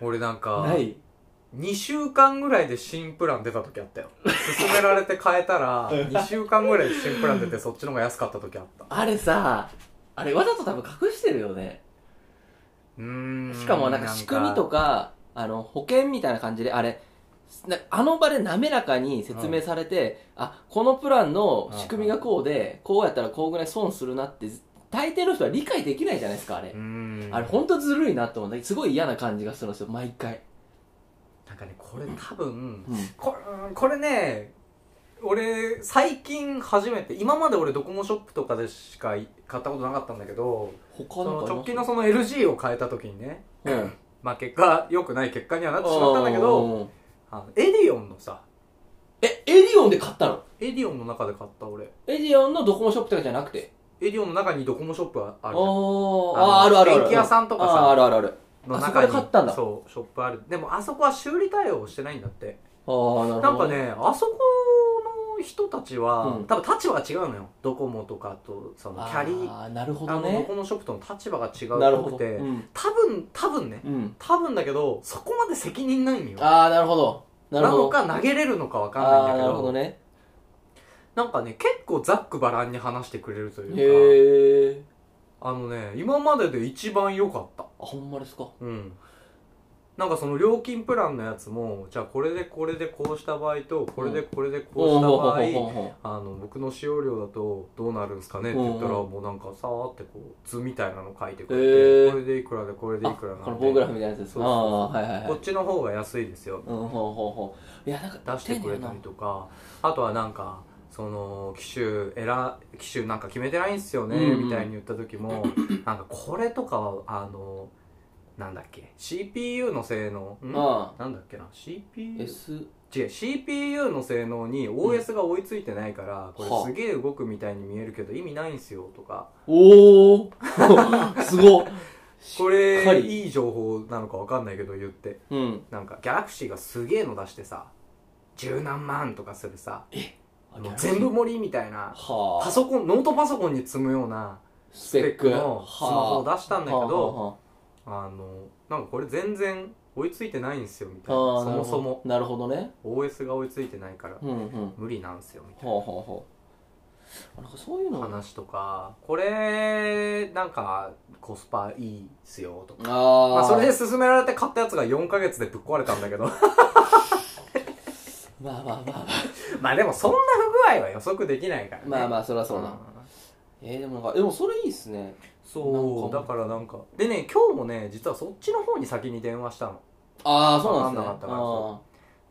Speaker 1: 俺なんか
Speaker 3: ない
Speaker 1: 2週間ぐらいで新プラン出た時あったよ勧められて変えた ら2週間ぐらいで新プラン出てそっちの方が安かった時あった
Speaker 3: あれさあれわざと多分隠してるよね
Speaker 1: うーん
Speaker 3: しかもなんか仕組みとかあの保険みたいな感じであれなあの場で滑らかに説明されて、あこのプランの仕組みがこうでこうやったらこうぐらい損するなって大抵の人は理解できないじゃないですかあれ
Speaker 1: うーん
Speaker 3: あれほんとずるいなと思うんだけどすごい嫌な感じがするんですよ毎回、
Speaker 1: なんかねこれ多分
Speaker 3: うん、
Speaker 1: ここれね俺最近初めて今まで俺ドコモショップとかでしか買ったことなかったんだけど
Speaker 3: 他
Speaker 1: そ
Speaker 3: の
Speaker 1: の直近のその LG を変えた時にね
Speaker 3: うん
Speaker 1: まあ結果良くない結果にはなってしまったんだけど
Speaker 3: うん
Speaker 1: あのエディオンのさ
Speaker 3: えエディオンで買ったの
Speaker 1: エディオンの中で買った俺
Speaker 3: エディオンのドコモショップとかじゃなくて
Speaker 1: エディオンの中にドコモショップはあ
Speaker 3: あ
Speaker 1: るじゃんあ
Speaker 3: ー
Speaker 1: の
Speaker 3: ああるあるある
Speaker 1: 電気屋さんとかさ
Speaker 3: あーあるあるある
Speaker 1: の
Speaker 3: あそ
Speaker 1: 中に
Speaker 3: こで買ったんだ
Speaker 1: そうショップあるでもあそこは修理対応してないんだって
Speaker 3: あーなるほど
Speaker 1: なんかねあそこの人たちは、
Speaker 3: うん
Speaker 1: 多分立場が違うのよドコモとかとそのキャリー
Speaker 3: あーなるほ
Speaker 1: あ
Speaker 3: ど
Speaker 1: のド
Speaker 3: ね
Speaker 1: コモショップとの立場が違
Speaker 3: なる
Speaker 1: うっ
Speaker 3: ほ
Speaker 1: ぽ
Speaker 3: ど
Speaker 1: く
Speaker 3: う
Speaker 1: て、
Speaker 3: ん、
Speaker 1: 多分多分ね
Speaker 3: うん、
Speaker 1: 多分だけどそこまで責任ないんよ
Speaker 3: ああなるほどな
Speaker 1: な
Speaker 3: るほ
Speaker 1: の
Speaker 3: ど
Speaker 1: か投げれるのかわかん
Speaker 3: あ
Speaker 1: ないん
Speaker 3: あー
Speaker 1: だけ
Speaker 3: なる
Speaker 1: ど
Speaker 3: ほどね
Speaker 1: なんかね結構ざっくばらんに話してくれるというか
Speaker 3: へえ
Speaker 1: あのね今までで一番良かった
Speaker 3: あほんまですか
Speaker 1: うんなんかその料金プランのやつもじゃあこれでこれでこうした場合とこれでこれでこうした場合、
Speaker 3: んほん
Speaker 1: あの僕の使用量だとどうなるんすかねって言ったら
Speaker 3: うん
Speaker 1: もうなんかさーってこう図みたいなの書いてくれて、
Speaker 3: へー
Speaker 1: これでいくらでこれでい
Speaker 3: あ
Speaker 1: くらなんで
Speaker 3: この棒グラフみたいなやつです
Speaker 1: そう
Speaker 3: あ
Speaker 1: そうそう
Speaker 3: あーはいはいはい
Speaker 1: こっちの方が安いですよ
Speaker 3: うんほうほうほういやなんか
Speaker 1: 出してくれたりとかあとはなんかその機種選機種なんか決めてないんすよね、
Speaker 3: うんうん
Speaker 1: みたいに言った時もなんかこれとかはあのなんだっけ CPU の性能ん
Speaker 3: あ
Speaker 1: なんだっけな CPU
Speaker 3: S
Speaker 1: 違う CPU の性能に OS が追いついてないから、
Speaker 3: はあ
Speaker 1: これすげえ動くみたいに見えるけど意味ないんすよとか
Speaker 3: おお すごっ
Speaker 1: こ
Speaker 3: しっか
Speaker 1: れ
Speaker 3: り
Speaker 1: いい情報なのかわかんないけど言って
Speaker 3: うん
Speaker 1: なんかギャラクシーがすげえの出してさ十何万とかするさもう全部盛りみたいな
Speaker 3: は
Speaker 1: パ
Speaker 3: あ
Speaker 1: ソコンノートパソコンに積むような
Speaker 3: ス
Speaker 1: スペックの
Speaker 3: はあ
Speaker 1: スマホを出したんだけど
Speaker 3: は
Speaker 1: あのなんかこれ全然追いついてないんすよみたいな
Speaker 3: あはあはあ
Speaker 1: そもそも
Speaker 3: なるほどなるほ
Speaker 1: OS が追いついてないから
Speaker 3: どねうんうんは
Speaker 1: 無理なんすよみたい
Speaker 3: あ
Speaker 1: な
Speaker 3: はあはあなんかそういうのあ
Speaker 1: 話とかこれなんかコスパいいっすよとか
Speaker 3: あ
Speaker 1: まあ、それ
Speaker 3: で
Speaker 1: で勧められて買ったやつが4ヶ月でぶっ壊れたんだけど
Speaker 3: まあまあまあ
Speaker 1: まあでもそんな不具合は予測できないからね
Speaker 3: まあま
Speaker 1: あ
Speaker 3: あそりゃそうだえーでもなんかでもそれいいっすね
Speaker 1: そう
Speaker 3: な
Speaker 1: だ
Speaker 3: んか
Speaker 1: からなんかでね今日もね実はそっちの方に先に電話したの
Speaker 3: ああそうなんです
Speaker 1: わかんな
Speaker 3: ね
Speaker 1: かったから
Speaker 3: あ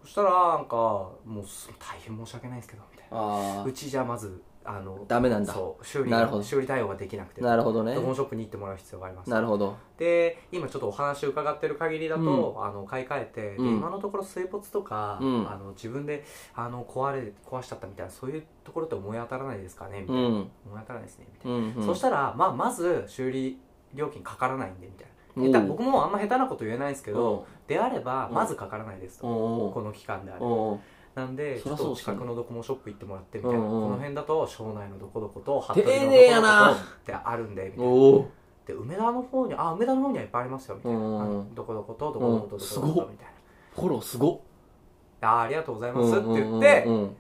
Speaker 1: そしたらなんかもうす大変申し訳ないですけどみたいな
Speaker 3: あああ
Speaker 1: うちじゃまずあの
Speaker 3: ダメなんだ
Speaker 1: そう修理
Speaker 3: なるほど
Speaker 1: 修理対応ができなくて
Speaker 3: なるほどね
Speaker 1: ドコモショップに行ってもらう必要があります
Speaker 3: なるほど
Speaker 1: で今ちょっとお話伺ってる限りだと、あの買い替えて、で
Speaker 3: うん
Speaker 1: 今のところ水没とか、
Speaker 3: うん
Speaker 1: あの自分であの壊れ壊しちゃったみたいなそういうところって思い当たらないですかねみた
Speaker 3: う
Speaker 1: いな、
Speaker 3: ん
Speaker 1: 思い当たらないですねみたい
Speaker 3: うんう
Speaker 1: な、
Speaker 3: ん
Speaker 1: そしたら、まあ、まず修理料金かからないんでみたいな下手僕もあんま下手なこと言えないんですけど、
Speaker 3: おう
Speaker 1: であれば
Speaker 3: うん
Speaker 1: まずかからないですと、
Speaker 3: おう
Speaker 1: この期間であれば
Speaker 3: おう
Speaker 1: なんでちょ
Speaker 3: そり
Speaker 1: っ
Speaker 3: ゃそ
Speaker 1: と
Speaker 3: うっすね
Speaker 1: 近くのドコモショップ行ってもらってみたいな、
Speaker 3: うんう
Speaker 1: こ
Speaker 3: ん
Speaker 1: の辺だと庄内のどこどこと服
Speaker 3: 丁
Speaker 1: 部のど
Speaker 3: 寧や
Speaker 1: こ
Speaker 3: な
Speaker 1: どこってあるんでみたいな
Speaker 3: おう
Speaker 1: で梅田の方にあ梅田の方にはいっぱいありますよみたいな、
Speaker 3: うんうんうん
Speaker 1: あのどこどことどこどこと
Speaker 3: うん
Speaker 1: ど
Speaker 3: す
Speaker 1: こ
Speaker 3: ご
Speaker 1: ど
Speaker 3: っ
Speaker 1: ことみたいな、
Speaker 3: フォローすごっ
Speaker 1: あーありがとうございますって言って、
Speaker 3: うんうんうん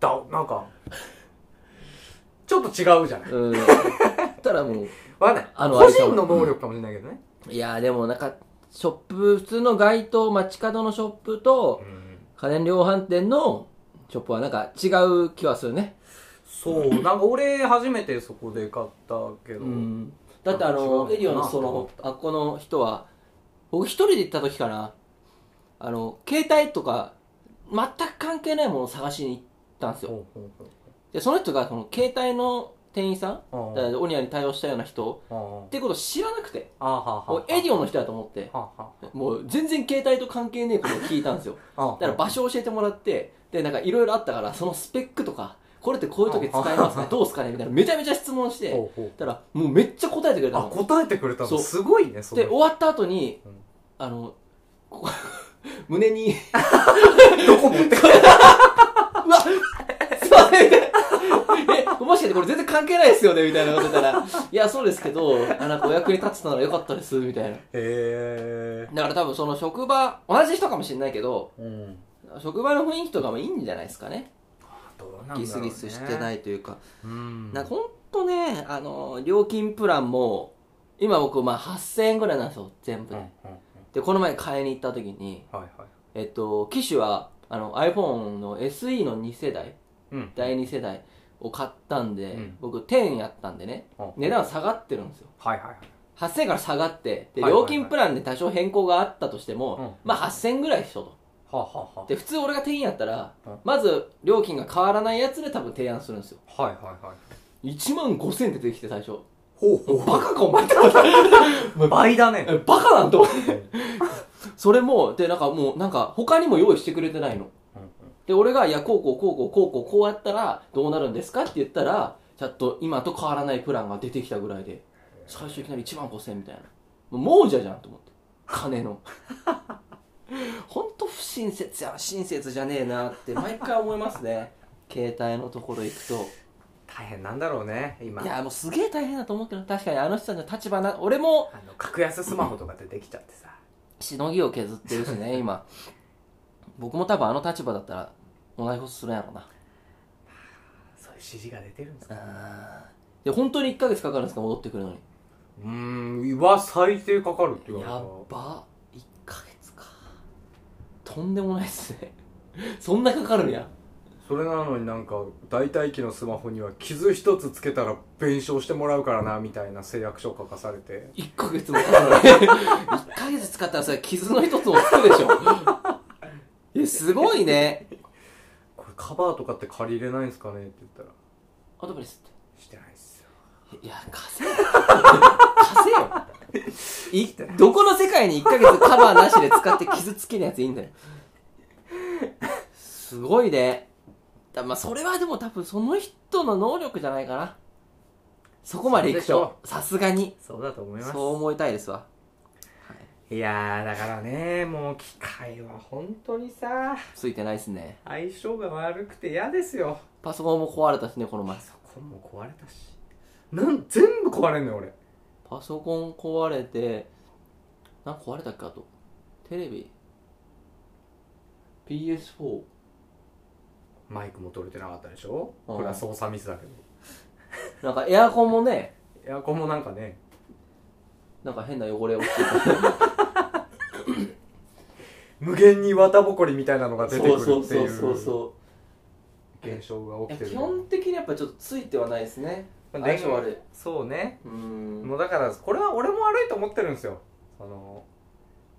Speaker 1: だなんかちょっと違うじゃない
Speaker 3: うんうんたらもう
Speaker 1: わかんない
Speaker 3: あの
Speaker 1: 個人の能力かもしれないけどね、
Speaker 3: いやーでもなんかショップ普通の街頭街角のショップと
Speaker 1: うん
Speaker 3: 家電量販店のショップはなんか違う気はするね
Speaker 1: そうなんか俺初めてそこで買ったけど、
Speaker 3: うんだってあの
Speaker 1: 違うのかな
Speaker 3: エリオのそのあこの人は僕一人で行った時かなあの携帯とか全く関係ないものを探しに行ったんですよ
Speaker 1: ほうほうほう
Speaker 3: でその人がその携帯の店員さん
Speaker 1: あ
Speaker 3: だ
Speaker 1: ー
Speaker 3: からオニアに対応したような人
Speaker 1: あー
Speaker 3: ってことを知らなくて
Speaker 1: あーはあはあ
Speaker 3: もうエリオンの人だと思って
Speaker 1: はあは
Speaker 3: もう全然携帯と関係ねえことを聞いたん ですよ
Speaker 1: あああ
Speaker 3: だから場所を教えてもらってでなんかいろいろあったからそのスペックとかこれってこういう時使えますね どうすかねみたいなめちゃめちゃ質問して
Speaker 1: ほうほう
Speaker 3: たらもうめっちゃ答えてくれた
Speaker 1: あ
Speaker 3: の
Speaker 1: 答えてくれた
Speaker 3: そ
Speaker 1: の
Speaker 3: う
Speaker 1: すごいねそ
Speaker 3: で
Speaker 1: れ
Speaker 3: 終わった後に、
Speaker 1: うん
Speaker 3: あのこ こ胸 に
Speaker 1: どこ持って くる
Speaker 3: うわすいませんみたいな えもしかしてこれ全然関係ないですよねみたいなこと言ったら「いやそうですけどあなんかお役に立てたならよかったです」みたいな
Speaker 1: へえ
Speaker 3: だから多分その職場同じ人かもしれないけど
Speaker 1: うん
Speaker 3: 職場の雰囲気とかもいいんじゃないですかね
Speaker 1: どうなんだろうね
Speaker 3: ギスギスしてないというか
Speaker 1: うん
Speaker 3: なんかほんとね、あの、料金プランも、今僕、まあ8000円ぐらいなんですよ、全部
Speaker 1: うん
Speaker 3: で。
Speaker 1: うんうん
Speaker 3: で、この前買いに行った時に、
Speaker 1: はいはい
Speaker 3: えっと、機種は、あの、iPhone の SE の2世代、
Speaker 1: うん
Speaker 3: 第2世代を買ったんで、
Speaker 1: うん
Speaker 3: 僕10やったんでね、
Speaker 1: うん
Speaker 3: 値段は下がってるんですよ。
Speaker 1: はいはいはい
Speaker 3: 8000円から下がって、で、
Speaker 1: はいはいは
Speaker 3: 料
Speaker 1: い
Speaker 3: 金プランで多少変更があったとしても、
Speaker 1: うん
Speaker 3: まあ8000円ぐらいでしょと。
Speaker 1: はあはあは
Speaker 3: で、普通俺が10やったら
Speaker 1: うん、
Speaker 3: まず料金が変わらないやつで多分提案するんですよ。
Speaker 1: あはいはいはい
Speaker 3: 1万5000円出てきて最初。
Speaker 1: ほうほ
Speaker 3: バカかお前って思った
Speaker 1: う倍だね
Speaker 3: えバカなんと思って それもでなんかもうなんか他にも用意してくれてないので俺が「いやこうこうこうこうこうこうこうやったらどうなるんですか?」って言ったらちゃんと今と変わらないプランが出てきたぐらいで最初いきなり1万5000みたいなもう亡者じゃんと思って金の ほんと不親切やな親切じゃねえなって毎回思いますね携帯のところ行くと
Speaker 1: 大変なんだろうね今
Speaker 3: いやもうすげえ大変だと思うけど確かにあの人たちの立場な俺も
Speaker 1: あの格安スマホとか出てきちゃってさ
Speaker 3: しのぎを削ってるしね今僕も多分あの立場だったら同じことするんやろうな
Speaker 1: そういう指示が出てるんですか
Speaker 3: うんで本当に1ヶ月かかるんですか戻ってくるのに
Speaker 1: うーんは最低かかるって言われた
Speaker 3: やっば1ヶ月かとんでもないっすね そんなかかるんや
Speaker 1: それなのになんか代替機のスマホには傷一つつけたら弁償してもらうからなみたいな誓約書書かされて
Speaker 3: 1ヶ月もかかるのに1 ヶ月使ったらそれ傷の一つもつくでしょえすごいね
Speaker 1: これカバーとかって借りれないんすかねって言ったら
Speaker 3: アドバイスって
Speaker 1: してないっすよ
Speaker 3: いや、稼い稼いよ。い、どこの世界に1ヶ月カバーなしで使って傷つけるやついいんだよ。すごいね。だまあ、それはでも多分その人の能力じゃないかな。そこまでいくと、さすがに。
Speaker 1: そうだと思います
Speaker 3: そう思いたいですわ。
Speaker 1: いやーだからねもう機械は本当にさ
Speaker 3: ついてないですね。
Speaker 1: 相性が悪くて嫌ですよ
Speaker 3: パソコンも壊れたしね、この前
Speaker 1: パ。ソコンも壊れたしなん全部壊れんのよ俺
Speaker 3: パソコン壊れて、なんか壊れたっけあと。テレビ ?PS4?
Speaker 1: マイクも取れてなかったでしょ
Speaker 3: うん
Speaker 1: これは操作ミスだけど
Speaker 3: なんかエアコンもね、
Speaker 1: エアコンもなんかね
Speaker 3: なんか変な汚れ落ちて
Speaker 1: 無限に綿ぼこりみたいなのが 出てくるっていう
Speaker 3: そ
Speaker 1: 現象が起きてる
Speaker 3: 基本的にやっぱちょっとついてはないですね
Speaker 1: まあ
Speaker 3: 相性悪い
Speaker 1: そうね
Speaker 3: うーん
Speaker 1: もうだからこれは俺も悪いと思ってるんですよその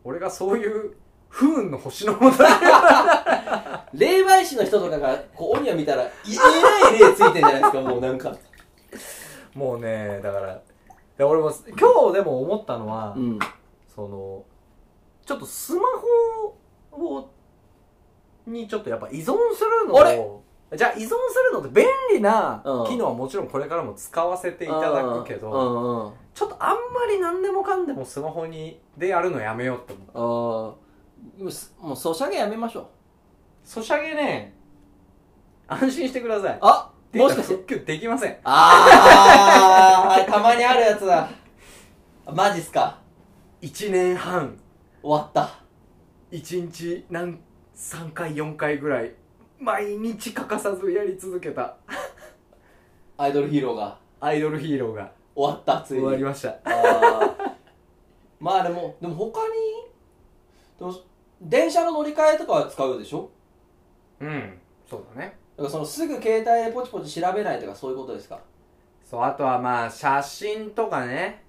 Speaker 1: 俺がそういう不運の星のもとだ
Speaker 3: 霊媒師の人とかが、こう、オニア見たら、いえらい霊ついてんじゃないですか、もうなんか。
Speaker 1: もうねだからで俺も今日でも思ったのは、
Speaker 3: うん。
Speaker 1: そのちょっとスマホをにちょっとやっぱ依存するのをじゃあ依存するのって便利な
Speaker 3: うん
Speaker 1: 機能はもちろんこれからも使わせていただくけど、
Speaker 3: うんうん。
Speaker 1: ちょっとあんまり何でもかんでもスマホにでやるのやめようって思う
Speaker 3: ああ、もうす、もう、ソシャゲやめましょう。
Speaker 1: ソシャゲね安心してください
Speaker 3: あ
Speaker 1: デー
Speaker 3: も
Speaker 1: タ
Speaker 3: しかして。
Speaker 1: 復旧できません
Speaker 3: ああ、たまにあるやつだ。マジっすか。
Speaker 1: 1年半
Speaker 3: 終わった。
Speaker 1: 1日何3回4回ぐらい毎日欠かさずやり続けた
Speaker 3: アイドルヒーローが
Speaker 1: アイドルヒーローが
Speaker 3: 終わった、つい
Speaker 1: 終
Speaker 3: に。
Speaker 1: わりました
Speaker 3: あーまあでも、でも他に、でも電車の乗り換えとかは使うでしょ
Speaker 1: うんそうだね
Speaker 3: だからそのすぐ携帯でポチポチ調べないとかそういうことですか
Speaker 1: そうあとはまあ写真とかね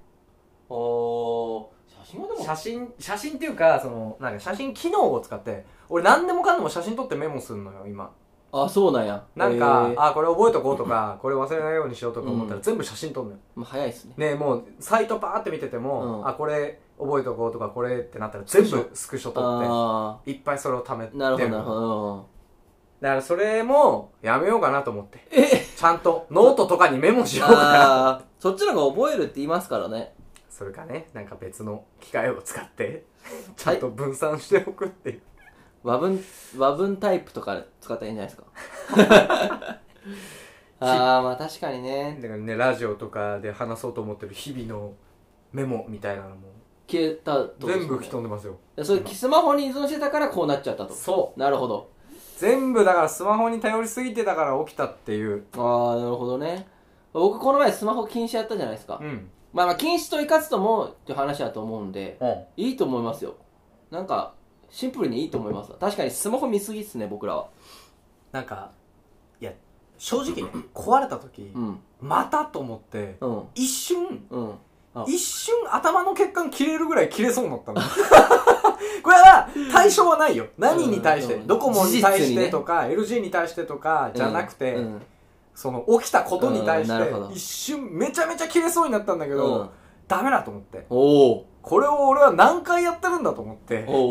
Speaker 3: おー、写真はでも、
Speaker 1: 写真写真っていうかそのなんか写真機能を使って俺何でもかんでも写真撮ってメモすんのよ今
Speaker 3: あ、そうなんや。
Speaker 1: なんか、
Speaker 3: えー
Speaker 1: あこれ覚えとこうとか これ忘れないようにしようとか思ったら、
Speaker 3: うん
Speaker 1: 全部写真撮んのよ
Speaker 3: まあ、早いっすね。
Speaker 1: ねもうサイトパーって見てても、
Speaker 3: うん
Speaker 1: あこれ覚えとこうとかこれってなったら全
Speaker 3: スクシ
Speaker 1: 部スクショ撮っ
Speaker 3: あ
Speaker 1: ていっぱいそれを貯めて
Speaker 3: ー、なるほど、なるほ
Speaker 1: だ
Speaker 3: ど。
Speaker 1: からそれもやめようかなと思って
Speaker 3: え
Speaker 1: ちゃんとノートとかにメモしようかな
Speaker 3: あー、そっちの方が覚えるって言いますからね。
Speaker 1: それかねなんか別の機械を使ってちゃんと分散しておくっていう
Speaker 3: 和文、和文タイプとか使ったらいいんじゃないですか。 あー、まあ確かにね。
Speaker 1: だからねラジオとかで話そうと思ってる日々のメモみたいなのも
Speaker 3: 消えたってことです
Speaker 1: 全
Speaker 3: ね
Speaker 1: 部吹き飛んでますよ
Speaker 3: それスマホに依存してたからこうなっちゃったと
Speaker 1: そ
Speaker 3: なるほど
Speaker 1: う全部だからスマホに頼りすぎてたから起きたっていう
Speaker 3: ああなるほどね僕この前スマホ禁止やったじゃないですか、
Speaker 1: うん
Speaker 3: まあまあ禁止と生かすともっていう話だと思うんで
Speaker 1: うん
Speaker 3: いいと思いますよなんかシンプルにいいと思います確かにスマホ見すぎっすね僕らは
Speaker 1: なんかいや正直ね 壊れた時
Speaker 3: うん
Speaker 1: またと思って
Speaker 3: うん
Speaker 1: 一瞬
Speaker 3: うんあ
Speaker 1: 一瞬頭の血管切れるぐらい切れそうになっ たのこれは対象はないよ何に対して
Speaker 3: うん
Speaker 1: ドコモに対
Speaker 3: 事
Speaker 1: し
Speaker 3: 実に
Speaker 1: て
Speaker 3: ね
Speaker 1: とか、LG に対してとかじゃなくて、
Speaker 3: うんうん
Speaker 1: その起きたことに対し
Speaker 3: うんなるほ
Speaker 1: て
Speaker 3: ど
Speaker 1: 一瞬めちゃめちゃ切れそうになったんだけど、
Speaker 3: うん
Speaker 1: ダメだと思って
Speaker 3: おー
Speaker 1: これを俺は何回やってるんだと思って
Speaker 3: お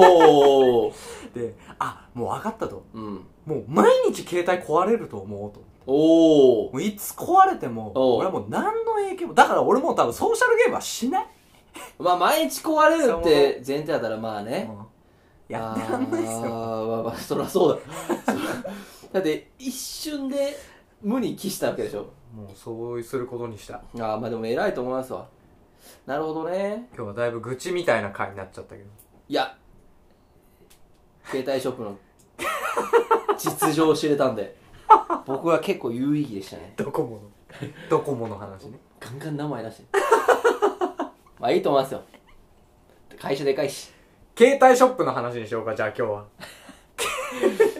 Speaker 3: ー
Speaker 1: であもう分かったと
Speaker 3: うん
Speaker 1: もう毎日携帯壊れると思うと
Speaker 3: おー
Speaker 1: もういつ壊れても
Speaker 3: おう
Speaker 1: 俺はもう何の影響もだから俺もう多分ソーシャルゲームはしない、
Speaker 3: まあ毎日壊れるって前提だったらまあね、
Speaker 1: うんやってらんないっすよ
Speaker 3: あーまあまあそりゃそうだ そらだって一瞬で無に帰したわけでしょ
Speaker 1: もうそうすることにした
Speaker 3: ああまあでも偉いと思いますわなるほどね
Speaker 1: 今日はだいぶ愚痴みたいな回になっちゃったけど
Speaker 3: いや携帯ショップの実情を知れたんで僕は結構有意義でしたね
Speaker 1: ドコモのドコモの話ね
Speaker 3: ガンガン名前出してまあいいと思いますよ会社でかいし
Speaker 1: 携帯ショップの話にしようかじゃあ今日は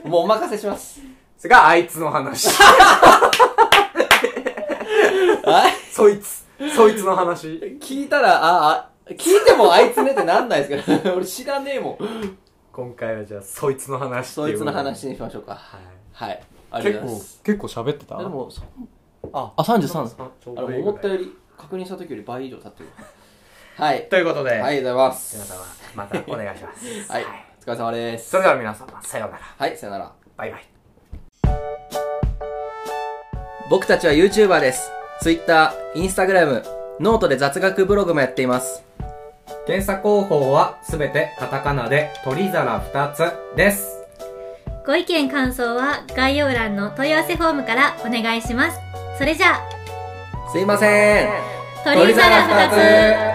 Speaker 3: もうお任せします
Speaker 1: それがあいつの 話
Speaker 3: はい
Speaker 1: そいつそいつの話
Speaker 3: 聞いたらああ聞いてもあいつねってなんないですけど 俺知らねえもん
Speaker 1: 今回はじゃあそいつの話って
Speaker 3: そ
Speaker 1: いう
Speaker 3: いつの話
Speaker 1: は
Speaker 3: にしましょうか
Speaker 1: い
Speaker 3: はい。あり
Speaker 1: 結
Speaker 3: がと
Speaker 1: 構
Speaker 3: うございます。
Speaker 1: 結構喋ってた
Speaker 3: でも、
Speaker 1: あ
Speaker 3: あ、33です。
Speaker 1: ちょう
Speaker 3: あ
Speaker 1: どい
Speaker 3: れ、
Speaker 1: いぐ
Speaker 3: 思った
Speaker 1: らい
Speaker 3: より、確認した時より倍以上経ってる。はい。
Speaker 1: ということで、
Speaker 3: ありがとうございます。
Speaker 1: 皆様またお願いします
Speaker 3: はい。お疲れ様です。
Speaker 1: それでは皆様さようなら
Speaker 3: はい、さよなら。
Speaker 1: バイバイ
Speaker 3: 僕たちは YouTuber です。Twitter、Instagram、ノートで雑学ブログもやっています。
Speaker 1: 検査方法はすべてカタカナで鳥皿2つです
Speaker 4: ご意見感想は概要欄の問い合わせフォームからお願いします。それじゃあ、
Speaker 3: すいません。
Speaker 4: 鳥皿二